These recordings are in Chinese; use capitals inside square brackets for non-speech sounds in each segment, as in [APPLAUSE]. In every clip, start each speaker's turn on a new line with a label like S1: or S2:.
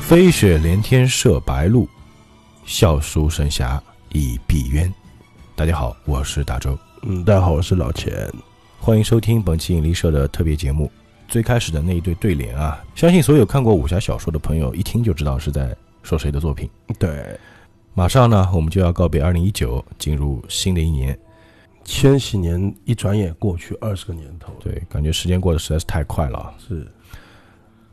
S1: 飞雪连天射白鹿，笑书神侠倚碧鸳。大家好，我是大周，
S2: 嗯，大家好，我是老钱。
S1: 欢迎收听本期引力社的特别节目。最开始的那一对对联啊，相信所有看过武侠小说的朋友一听就知道是在说谁的作品。
S2: 对，
S1: 马上呢，我们就要告别二零一九，进入新的一年。
S2: 千禧年一转眼过去二十个年头了，
S1: 对，感觉时间过得实在是太快了啊。
S2: 是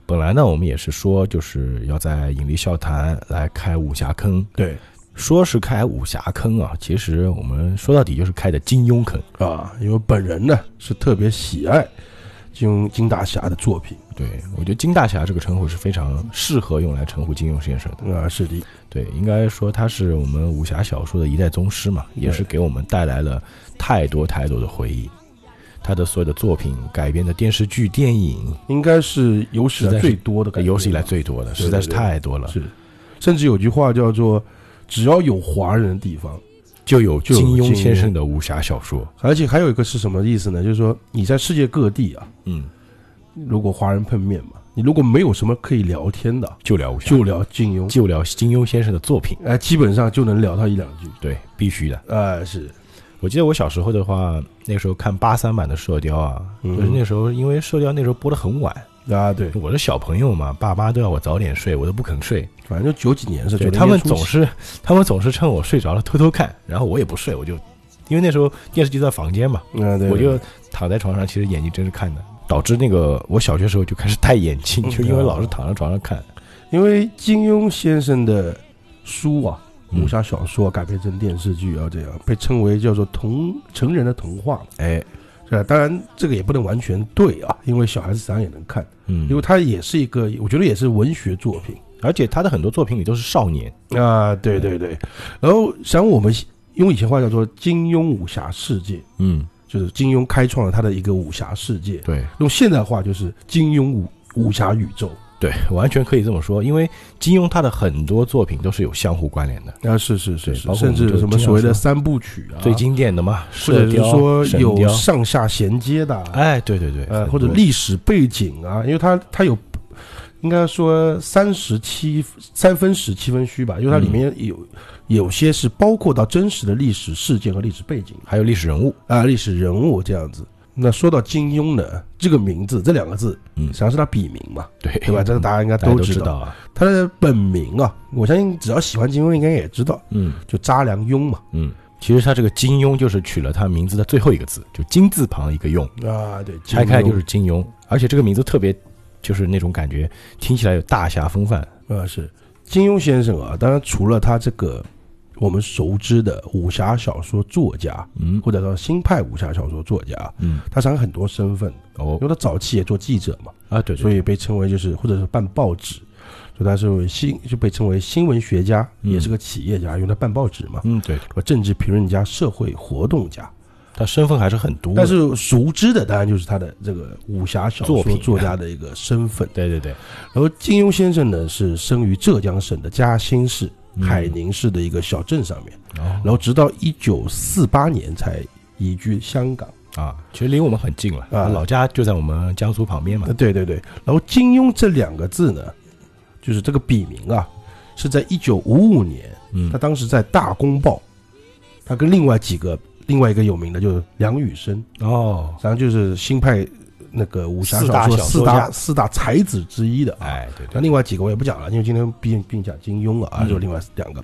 S1: 本来呢，我们也是说，就是要在引力笑谈来开武侠坑。
S2: 对
S1: 说是开武侠坑啊，其实我们说到底就是开的金庸坑。
S2: 啊，因为本人呢是特别喜爱金庸金大侠的作品
S1: 对我觉得金大侠这个称呼是非常适合用来称呼金庸先生的。
S2: 啊，是的，
S1: 对，应该说他是我们武侠小说的一代宗师嘛，也是给我们带来了太多太多的回忆。他的所有的作品改编的电视剧、电影，
S2: 应该是有史
S1: 实
S2: 以
S1: 在是
S2: 来最多的感觉，
S1: 有史以来最多的，
S2: 对对
S1: 实在是
S2: 对
S1: 太多了。
S2: 是，甚至有句话叫做“只要有华人的地方
S1: 就有
S2: 就有
S1: 金庸
S2: 金庸
S1: 先生的武侠小说，”，
S2: 而且还有一个是什么意思呢？就是说你在世界各地啊，
S1: 嗯，
S2: 如果华人碰面嘛，你如果没有什么可以聊天的，
S1: 就聊武侠，
S2: 就聊金庸，
S1: 就聊金庸先生的作品，
S2: 哎，基本上就能聊到一两句。
S1: 对，必须的。
S2: 哎，是
S1: 我记得我小时候的话，那时候看八三版的《射雕》啊，
S2: 嗯
S1: 就是那时候因为《射雕》那时候播的很晚，
S2: 啊，对，
S1: 我是小朋友嘛，爸妈都要我早点睡，我都不肯睡。
S2: 反正就九几年是
S1: 对
S2: 九零
S1: 他
S2: 年
S1: 们
S2: 初
S1: 总
S2: 期
S1: 是，他们总是趁我睡着了偷偷看，然后我也不睡，我就因为那时候电视机在房间嘛，
S2: 嗯，对，
S1: 我就躺在床上，其实眼睛真是看的，导致那个我小学时候就开始戴眼镜，
S2: 嗯
S1: 就因为老是躺在床上看。
S2: 因为金庸先生的书啊，
S1: 嗯
S2: 武侠小说改编成电视剧啊，这样被称为叫做童成人的童话，
S1: 哎，
S2: 是吧？当然，这个也不能完全对啊，因为小孩子当然也能看，
S1: 嗯，
S2: 因为它也是一个，我觉得也是文学作品
S1: 而且他的很多作品里都是少年，
S2: 啊，对对对。然后，像我们用以前话叫做金庸武侠世界，
S1: 嗯，
S2: 就是金庸开创了他的一个武侠世界，
S1: 对
S2: 用现代话就是金庸武武侠宇宙。
S1: 对，完全可以这么说，因为金庸他的很多作品都是有相互关联的，
S2: 啊，是是
S1: 对
S2: 是是
S1: 包，括
S2: 甚
S1: 我们
S2: 至
S1: 就
S2: 什么
S1: 经常
S2: 所谓的
S1: 说
S2: 三部曲啊，
S1: 最经典的嘛，
S2: 或者
S1: 射
S2: 是
S1: 雕、
S2: 说
S1: 神
S2: 有
S1: 雕，
S2: 上下衔接的啊，
S1: 哎，对对对，
S2: 呃，
S1: 很
S2: 或者
S1: 多
S2: 历史背景啊，因为它它有，应该说三十七三分十七分虚吧，因为它
S1: 嗯
S2: 里面有、有些是包括到真实的历史事件和历史背景
S1: 还有历史人物，
S2: 啊、历史人物这样子。那说到金庸呢，这个名字这两个字，
S1: 嗯
S2: 实际上是他笔名嘛，
S1: 对
S2: 对吧？这个大家应该
S1: 大家都
S2: 知
S1: 道啊，
S2: 他的本名啊，我相信只要喜欢金庸，应该也知道，
S1: 嗯
S2: 就查良镛嘛。
S1: 嗯。其实他这个金庸就是取了他名字的最后一个字，就金字旁一个用，
S2: 啊，对，
S1: 拆开就
S2: 金
S1: 是金庸，而且这个名字特别，就是那种感觉，听起来有大侠风范。
S2: 啊，是金庸先生啊。当然，除了他这个我们熟知的武侠小说作家，
S1: 嗯
S2: 或者说新派武侠小说作家，
S1: 嗯，
S2: 他常很多身份，
S1: 哦
S2: 因为他早期也做记者嘛，
S1: 啊，对，
S2: 所
S1: 以
S2: 以被称为就是或者是办报纸，所以他是为新就被称为新闻学家，
S1: 嗯
S2: 也是个企业家，因为他办报纸嘛，
S1: 嗯，对，
S2: 和政治评论家、社会活动家。
S1: 他身份还是很多的。
S2: 但是熟知的当然就是他的这个武侠小
S1: 作
S2: 说
S1: 品啊
S2: 作家的一个身份。
S1: 对对对，
S2: 然后金庸先生呢是生于浙江省的嘉兴市
S1: 嗯
S2: 海宁市的一个小镇上面，
S1: 然
S2: 然后直到一九四八年才移居香港。
S1: 啊，其实离我们很近了，
S2: 啊
S1: 老家就在我们江苏旁边嘛
S2: 呃。对对对，然后金庸这两个字呢，就是这个笔名啊，是在一九五五年，
S1: 嗯
S2: 他，当时在《大公报》，他跟另外几个另外一个有名的就是梁羽生，
S1: 哦，
S2: 然后就是新派那个武侠
S1: 四大
S2: 小说
S1: 小
S2: 四
S1: 说
S2: 大
S1: 家
S2: 四大才子之一的啊。
S1: 哎，对
S2: 那
S1: 对，
S2: 另外几个我也不讲了，因为今天毕竟毕竟讲金庸了啊，
S1: 嗯
S2: 就另外两个。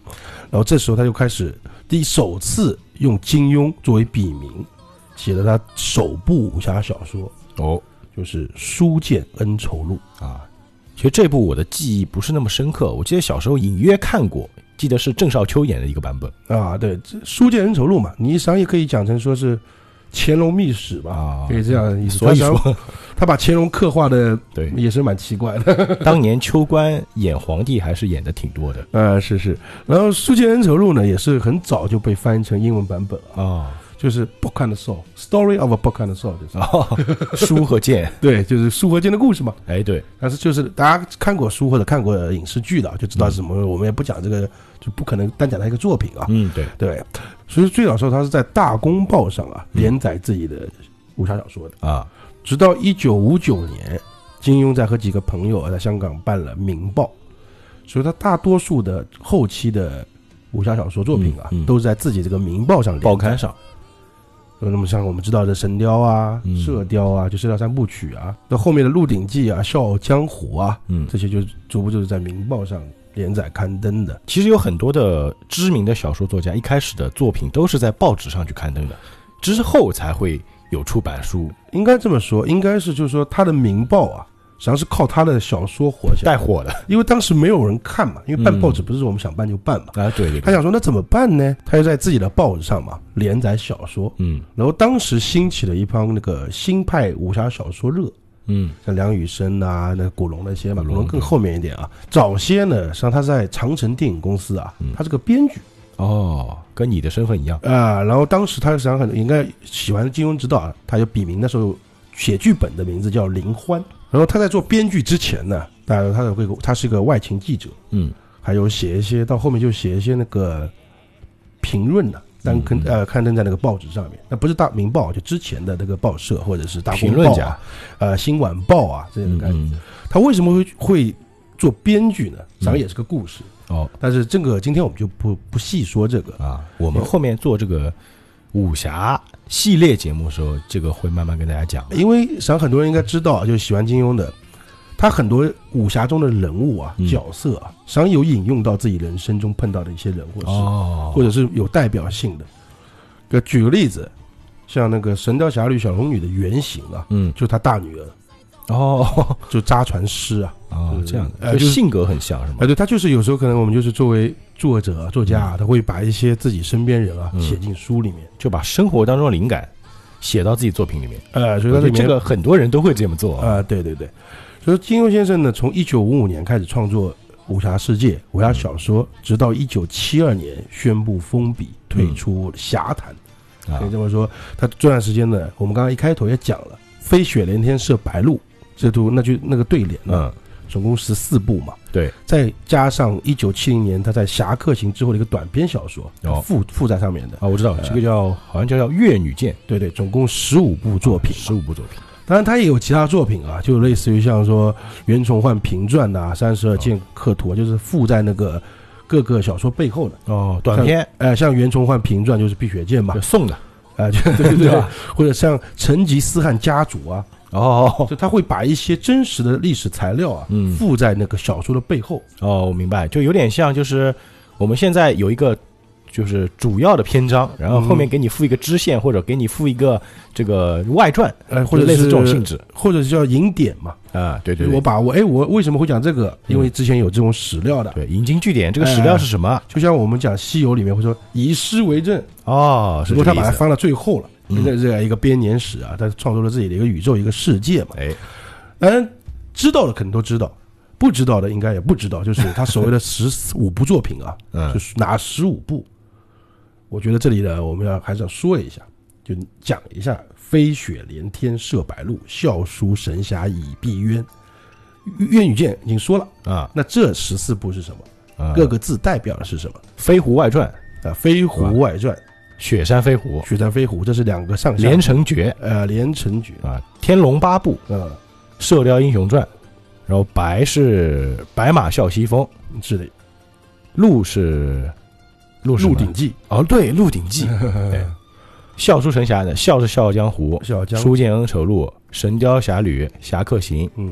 S2: 然后这时候他就开始第一首次用金庸作为笔名，写了他首部武侠小说，
S1: 哦
S2: 就是《书剑恩仇录》。
S1: 啊，其实这部我的记忆不是那么深刻，我记得小时候隐约看过，记得是郑少秋演的一个版本
S2: 啊，对，这《书剑恩仇录》嘛，你实际上也可以讲成说是乾隆秘史吧，
S1: 啊，
S2: 可以这样的意思。
S1: 所以
S2: 他想
S1: 说，
S2: 他把乾隆刻画的
S1: 对，
S2: 也是蛮奇怪的。 [LAUGHS]
S1: 当年秋官演皇帝还是演的挺多的
S2: 呃，是是。然后《书剑恩仇录》呢，也是很早就被翻译成英文版本了，
S1: 哦
S2: 就是《Book and Soul》，Story of a Book and Soul，就是。
S1: [LAUGHS] 哦，书和剑，
S2: 对，就是书和剑的故事嘛。
S1: 哎，对，
S2: 但是就是大家看过书或者看过影视剧的啊，就知道是什么。我们也不讲这个，就不可能单讲它一个作品啊。
S1: 嗯，对，
S2: 对，所以最早时候他是在《大公报》上啊
S1: 嗯
S2: 连载自己的武侠小说的，
S1: 啊，
S2: 直到一九五九年，金庸在和几个朋友啊在香港办了《明报》，所以他大多数的后期的武侠小说作品啊，
S1: 嗯嗯
S2: 都是在自己这个《明报》上连载
S1: 报刊，上，
S2: 就那么像我们知道的《神雕》啊、
S1: 嗯
S2: 射雕》啊，就《射雕三部曲》啊，那后面的《鹿鼎记》啊、《笑傲江湖》啊，
S1: 嗯，
S2: 这些就逐步就是在《明报》上连载刊登的。
S1: 其实有很多的知名的小说作家，一开始的作品都是在报纸上去刊登的，之后才会有出版书
S2: 应该这么说，应该是就是说他的《明报》啊，实际上是靠他的小说火起来
S1: 带
S2: 的，
S1: 火的啊
S2: 因为当时没有人看嘛，因为办
S1: 嗯
S2: 报纸不是我们想办就办嘛。，
S1: 啊对对
S2: 他
S1: 对，
S2: 想说那怎么办呢？他就在自己的报纸上嘛连载小说，
S1: 嗯
S2: 然后当时兴起了一帮那个新派武侠小说热，
S1: 嗯
S2: 像梁羽生啊、那古龙那些嘛，
S1: 古
S2: 古
S1: 龙
S2: 龙更后面一点啊。早些呢，实际上他在长城电影公司啊
S1: 嗯，
S2: 他是个编剧
S1: 哦，跟你的身份一样，
S2: 啊、然后当时他实际上很应该喜欢金庸指导，啊，他有笔名，那时候写剧本的名字叫林欢。然后他在做编剧之前呢，当然他有个他是一个外勤记者，
S1: 嗯
S2: 还有写一些到后面就写一些那个评论的、但刊
S1: 嗯
S2: 呃刊登在那个报纸上面，那不是大明报，就之前的那个报社或者是大公
S1: 评论
S2: 报
S1: 家
S2: 啊、呃新晚报啊这种
S1: 嗯
S2: 感觉。
S1: 嗯，
S2: 他为什么会会做编剧呢？
S1: 嗯
S2: 咱们也是个故事，
S1: 哦
S2: 但是这个今天我们就不不细说这个。
S1: 啊，我们后面做这个武侠系列节目的时候，这个会慢慢跟大家讲，
S2: 因为想很多人应该知道啊，就是喜欢金庸的，他很多武侠中的人物啊、
S1: 嗯
S2: 角色啊，实际上有引用到自己人生中碰到的一些人或事，
S1: 哦
S2: 或者是有代表性的。给举个例子，像那个《神雕侠侣》小龙女的原型啊，
S1: 嗯
S2: 就她大女儿，
S1: 哦
S2: 就扎船师啊，
S1: [LAUGHS] 哦，这样的，
S2: 呃
S1: 就
S2: 就是
S1: 性格很像是呃吗
S2: 哎，？对，他就是有时候可能我们就是作为作者啊、作家啊，他会把一些自己身边人啊
S1: 嗯
S2: 写进书里面。
S1: 就把生活当中的灵感写到自己作品里面，
S2: 呃，所以
S1: 我
S2: 他
S1: 觉得
S2: 里
S1: 这
S2: 面
S1: 个很多人都会这么做啊。
S2: 啊、对对对，所以金庸先生呢，从一九五五年开始创作武侠世界、武侠小说，直到一九七二年宣布封笔，退出侠坛。
S1: 嗯啊
S2: 可以这么说，他这段时间呢，我们刚刚一开头也讲了，《飞雪连天射白鹿》这部那就那个对联呢，
S1: 嗯，
S2: 总共十四部嘛。
S1: 对，
S2: 再加上一九七零年他在《侠客行》之后的一个短篇小说
S1: 哦
S2: 附附在上面的，
S1: 啊，我知道这个叫好像叫叫《越女剑
S2: 对对，总共十五部作品》，
S1: 十五部作品，
S2: 当然，他也有其他作品啊，就类似于像说《袁崇焕评传》呐，《三十二剑客图》啊，就是附在那个各个小说背后的。
S1: 哦，短篇
S2: 呃，像《袁崇焕评传》就是《碧血剑》嘛
S1: 就，送的，[LAUGHS]
S2: 啊、就对对对
S1: 吧？
S2: 或者像《成吉思汗家族》啊，
S1: 哦
S2: 就他会把一些真实的历史材料啊，
S1: 嗯
S2: 附在那个小说的背后。
S1: 哦，我明白，就有点像就是我们现在有一个。就是主要的篇章，然后
S2: 嗯
S1: 后面给你附一个支线，或者给你附一个这个外传，
S2: 呃，或者
S1: 类似
S2: 是
S1: 这种性，质
S2: 或者是叫引典嘛。
S1: 啊，对对
S2: 我
S1: 对，
S2: 把我哎，我为什么会讲这个？因为之前有这种史料的，
S1: 对引经据典，这
S2: 哎
S1: 个史料是什么？
S2: 就像我们讲《西游》里面会说以诗为证，
S1: 哦，
S2: 只
S1: 是
S2: 不过
S1: 这个
S2: 他把它
S1: 意思。
S2: 放到最后了，
S1: 嗯
S2: 那这样一个编年史啊，他创作了自己的一个宇宙、一个世界嘛。
S1: 哎，
S2: 当然，知道的可能都知道，不知道的应该也不知道。就是他所谓的十五部作品啊，
S1: [LAUGHS] 嗯
S2: 就是哪十五部？我觉得这里呢，我们要还是要说一下，就讲一下“飞雪连天射白鹿，笑书神侠倚碧鸳”。岳女剑已经说了，
S1: 啊，
S2: 那这十四部是什么？
S1: 啊
S2: 各个字代表的是什么？
S1: 《飞狐外传》
S2: 啊，《飞狐外传》
S1: 《雪山飞狐》
S2: 《雪山飞狐》，这是两个上
S1: 《
S2: 下
S1: 连城诀
S2: 呃连城诀》
S1: 啊，《天龙八部》《
S2: 呃，
S1: 射雕英雄传》，然后白是白马啸西风，
S2: 是的，《
S1: 鹿是鹿是什
S2: 鹿
S1: 么 [LAUGHS]
S2: 鼎记
S1: 哦，对，《鹿鼎 [LAUGHS] 记》哎，笑书神侠的笑是《笑傲江湖》》
S2: 小
S1: 《
S2: 江，
S1: 书剑恩仇录》《神雕侠侣》《侠客行》《
S2: 嗯，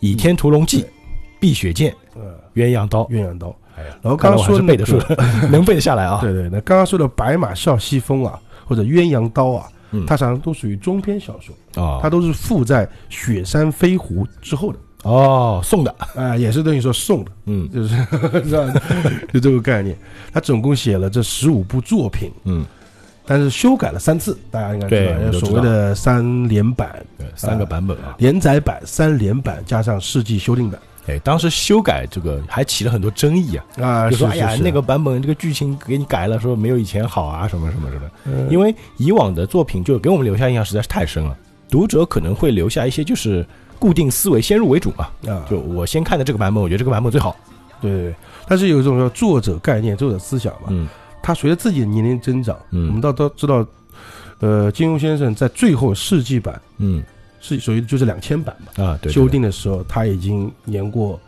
S1: 倚天屠龙记》
S2: 对
S1: 《碧血剑》
S2: 呃，
S1: 《鸳�鸯刀》。
S2: 鸳鸯刀。
S1: 哎呀，
S2: 然后
S1: 看
S2: 刚
S1: 来
S2: 刚
S1: 我还
S2: 说
S1: 是
S2: 那
S1: 背得
S2: 个
S1: 住，
S2: [LAUGHS]
S1: 的，能背得下来啊。
S2: 对对，那刚刚说的《白马啸西风》啊，或者《鸳鸯刀》啊
S1: 嗯，
S2: 它实际上都属于中篇小说，
S1: 哦，
S2: 它都是附在《雪山飞狐》
S1: [LAUGHS]
S2: 之后的，
S1: 哦送的，
S2: 啊，也是等于说送的，
S1: 嗯
S2: 就是 [LAUGHS] 是吧？ [LAUGHS] 就这个概念。他总共写了这十五部作品，
S1: 嗯，
S2: 但是修改了三次，大家应该知
S1: 对我们
S2: 道，
S1: 都
S2: 所
S1: 知道
S2: 谓的三连版、
S1: 对，三个版本啊。
S2: 连载版、三连版加上世纪修订版
S1: 哎，当时修改这个还起了很多争议啊，
S2: 啊，
S1: 就说
S2: 是
S1: 哎呀
S2: 是是
S1: 那个版本这个剧情给你改了，说没有以前好啊，什么什么什么。
S2: 嗯
S1: 因为以往的作品就给我们留下印象实在是太深了，读者可能会留下一些就是固定思维，先入为主嘛。
S2: 啊，
S1: 就我先看的这个版本，我觉得这个版本最好。
S2: 对对对，但是有一种叫作者概念、作者思想嘛，
S1: 嗯
S2: 他随着自己的年龄增长，
S1: 嗯
S2: 我们到都知道，呃，金庸先生在最后世纪版
S1: 嗯
S2: 是属于就是两千版嘛
S1: 啊，对，对
S2: 修订的时候，他已经年过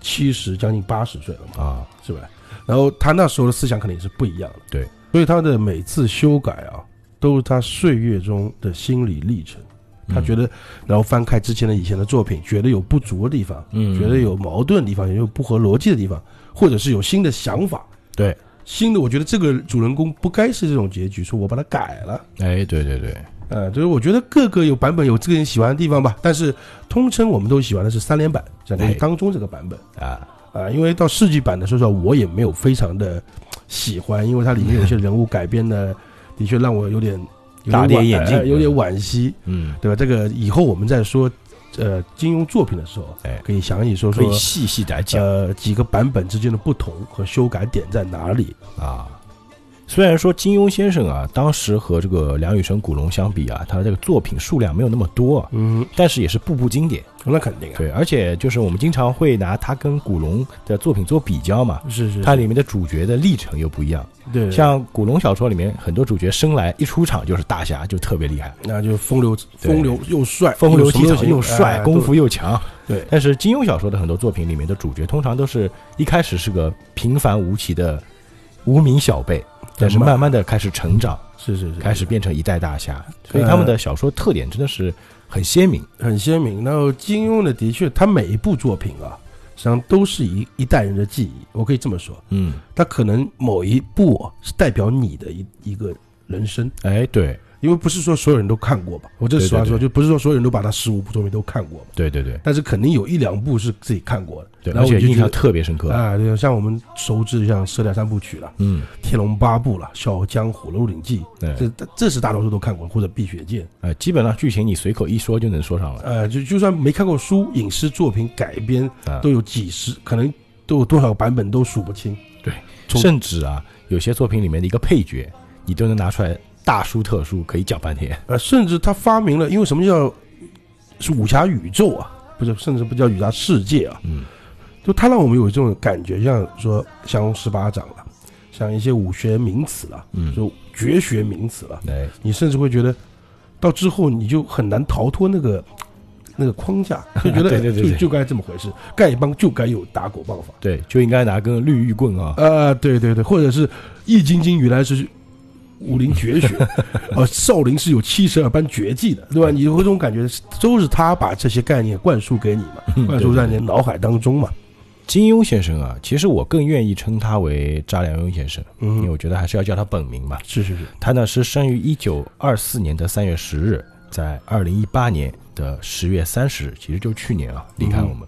S2: 七十将近八十岁了嘛，
S1: 啊，
S2: 是吧？然后他那时候的思想肯定是不一样的，
S1: 对，
S2: 所以他的每次修改啊，都是他岁月中的心理历程。他
S1: 嗯
S2: 觉得，然后翻开之前的以前的作品，觉得有不足的地方，
S1: 嗯，嗯
S2: 觉得有矛盾的地方，也有不合逻辑的地方，或者是有新的想法。
S1: 对，
S2: 新的，我觉得这个主人公不该是这种结局，说我把它改了。
S1: 哎，对对对，
S2: 呃，就是我觉得各个有版本有这个人喜欢的地方吧，但是通称我们都喜欢的是三连版，相当于
S1: 哎
S2: 当中这个版本
S1: 啊，
S2: 啊、因为到世纪版的，说实话我也没有非常的喜欢，因为它里面有些人物改编的，的确让我有点有点
S1: 大跌
S2: 惋
S1: 眼镜
S2: 呃有点惋惜，
S1: 嗯，
S2: 对吧？这个以后我们再说，呃，金庸作品的时候，
S1: 哎
S2: 可以详细说
S1: 可
S2: 说
S1: 以细细来讲
S2: 呃几个版本之间的不同和修改点在哪里。
S1: 啊。虽然说金庸先生啊，当时和这个梁羽生、古龙相比啊，他的这个作品数量没有那么多啊，
S2: 嗯，
S1: 但是也是步步经典。
S2: 那肯定啊，
S1: 对，而且就是我们经常会拿他跟古龙的作品做比较嘛，
S2: 是是
S1: 它里面的主角的历程又不一样。
S2: 对
S1: 像古龙小说里面很多主角生来一出场就是大侠，就特别厉害，
S2: 那就风流风流又帅，
S1: 风流
S2: 又什
S1: 倜
S2: 么都
S1: 傥
S2: 行
S1: 又帅，
S2: 哎
S1: 功夫又强。
S2: 对
S1: 但是金庸小说的很多作品里面的主角，通常都是一开始是个平凡无奇的无名小辈，但是慢慢的开始成长，
S2: 是是是
S1: 开始变成一代大侠。所以他们的小说特点真的是很鲜明。
S2: 很鲜明。然后金庸的的确，他每一部作品啊，实际上都是一一代人的记忆。我可以这么说，
S1: 嗯，
S2: 他可能某一部啊是代表你的一一个人生，
S1: 哎，对，
S2: 因为不是说所有人都看过吧？我这实话说，就不是说所有人都把他十五部作品都看过嘛。
S1: 对对对
S2: 但是肯定有一两部是自己看过的，
S1: 对，
S2: 然
S1: 而
S2: 后我
S1: 且
S2: 就
S1: 印
S2: 觉
S1: 象
S2: 得
S1: 特别深刻。
S2: 啊，对，像我们熟知像《射雕三部曲》了，
S1: 嗯，
S2: 《天龙八部》了，《笑傲江湖》《鹿鼎记
S1: 对》，，
S2: 这这是大多数都看过，或者《碧血剑》。
S1: 呃，基本上剧情你随口一说就能说上了。
S2: 呃，就就算没看过书，影视作品改编
S1: 啊
S2: 都有几十，可能都有多少个版本都数不清。
S1: 对，
S2: 从
S1: 甚至啊，有些作品里面的一个配角，你都能拿出来大书特书，可以讲半天。
S2: 呃，甚至他发明了，因为什么叫是武侠宇宙啊？不是，甚至不叫武侠世界啊，
S1: 嗯，
S2: 就他让我们有这种感觉，像说《降龙十八掌》了，像一些武学名词了，
S1: 嗯
S2: 就绝学名词了，
S1: 哎，
S2: 你甚至会觉得到之后你就很难逃脱那个。那个框 [LAUGHS] 架就觉得
S1: 对对对对
S2: 就就该这么回事，丐帮就该有打狗棒法，
S1: [LAUGHS] 对，就应该拿根绿玉棍啊，
S2: 啊，对对对，或者是《易筋经》原来是武林绝 [LAUGHS] 学，呃，少林是有七十二般绝技的，对吧？你有这种感觉，都是他把这些概念灌输给你嘛，灌输在你的脑海当中嘛。
S1: 金庸先生啊，其实我更愿意称他为查良镛先生，因为
S2: 嗯，
S1: 我觉得还是要叫他本名嘛。
S2: 是是是，
S1: 他呢是生于一九二四年的三月十日，在二零一八年的十月三十日，其实就去年啊离开我们，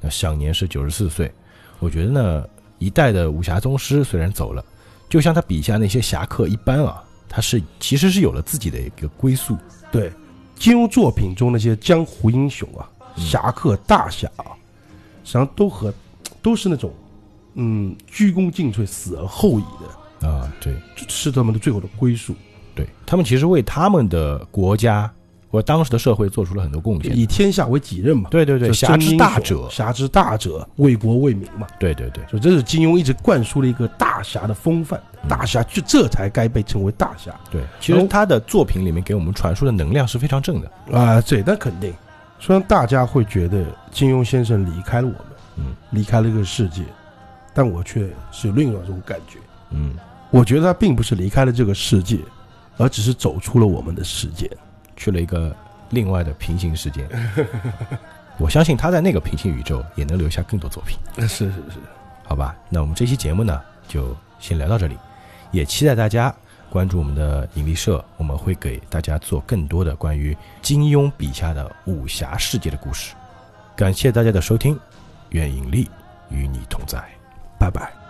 S1: 那享年是九十四岁。我觉得呢，一代的武侠宗师虽然走了，就像他笔下那些侠客一般啊，他是其实是有了自己的一个归宿。
S2: 对，金庸作品中那些江湖英雄啊，
S1: 嗯
S2: 侠客、大侠啊，实际上都和都是那种嗯鞠躬尽瘁、死而后已的，
S1: 啊，对
S2: 是他们的最后的归宿。
S1: 对，他们其实为他们的国家和当时的社会做出了很多贡献。
S2: 以天下为己任嘛，
S1: 对对对，
S2: 就
S1: 侠
S2: 真
S1: 之
S2: 英
S1: 大
S2: 雄
S1: 者，
S2: 侠之大者，为国为民嘛。
S1: 对对对，
S2: 所以这是金庸一直灌输了一个大侠的风范，
S1: 嗯
S2: 大侠就这才该被称为大侠
S1: 对，其实他的作品里面给我们传输的能量是非常正的。
S2: 啊、对，那肯定。虽然大家会觉得金庸先生离开了我们，
S1: 嗯
S2: 离开了这个世界，但我却是另外一种感觉。
S1: 嗯，
S2: 我觉得他并不是离开了这个世界，而只是走出了我们的世界。
S1: 去了一个另外的平行世 [LAUGHS] 界。我相信他在那个平行宇宙也能留下更多作品，
S2: 是呃是是，
S1: 好吧？那我们这期节目呢，就先聊到这里，也期待大家关注我们的引力社，我们会给大家做更多的关于金庸笔下的武侠世界的故事。感谢大家的收听，愿引力与你同在。
S2: 拜拜。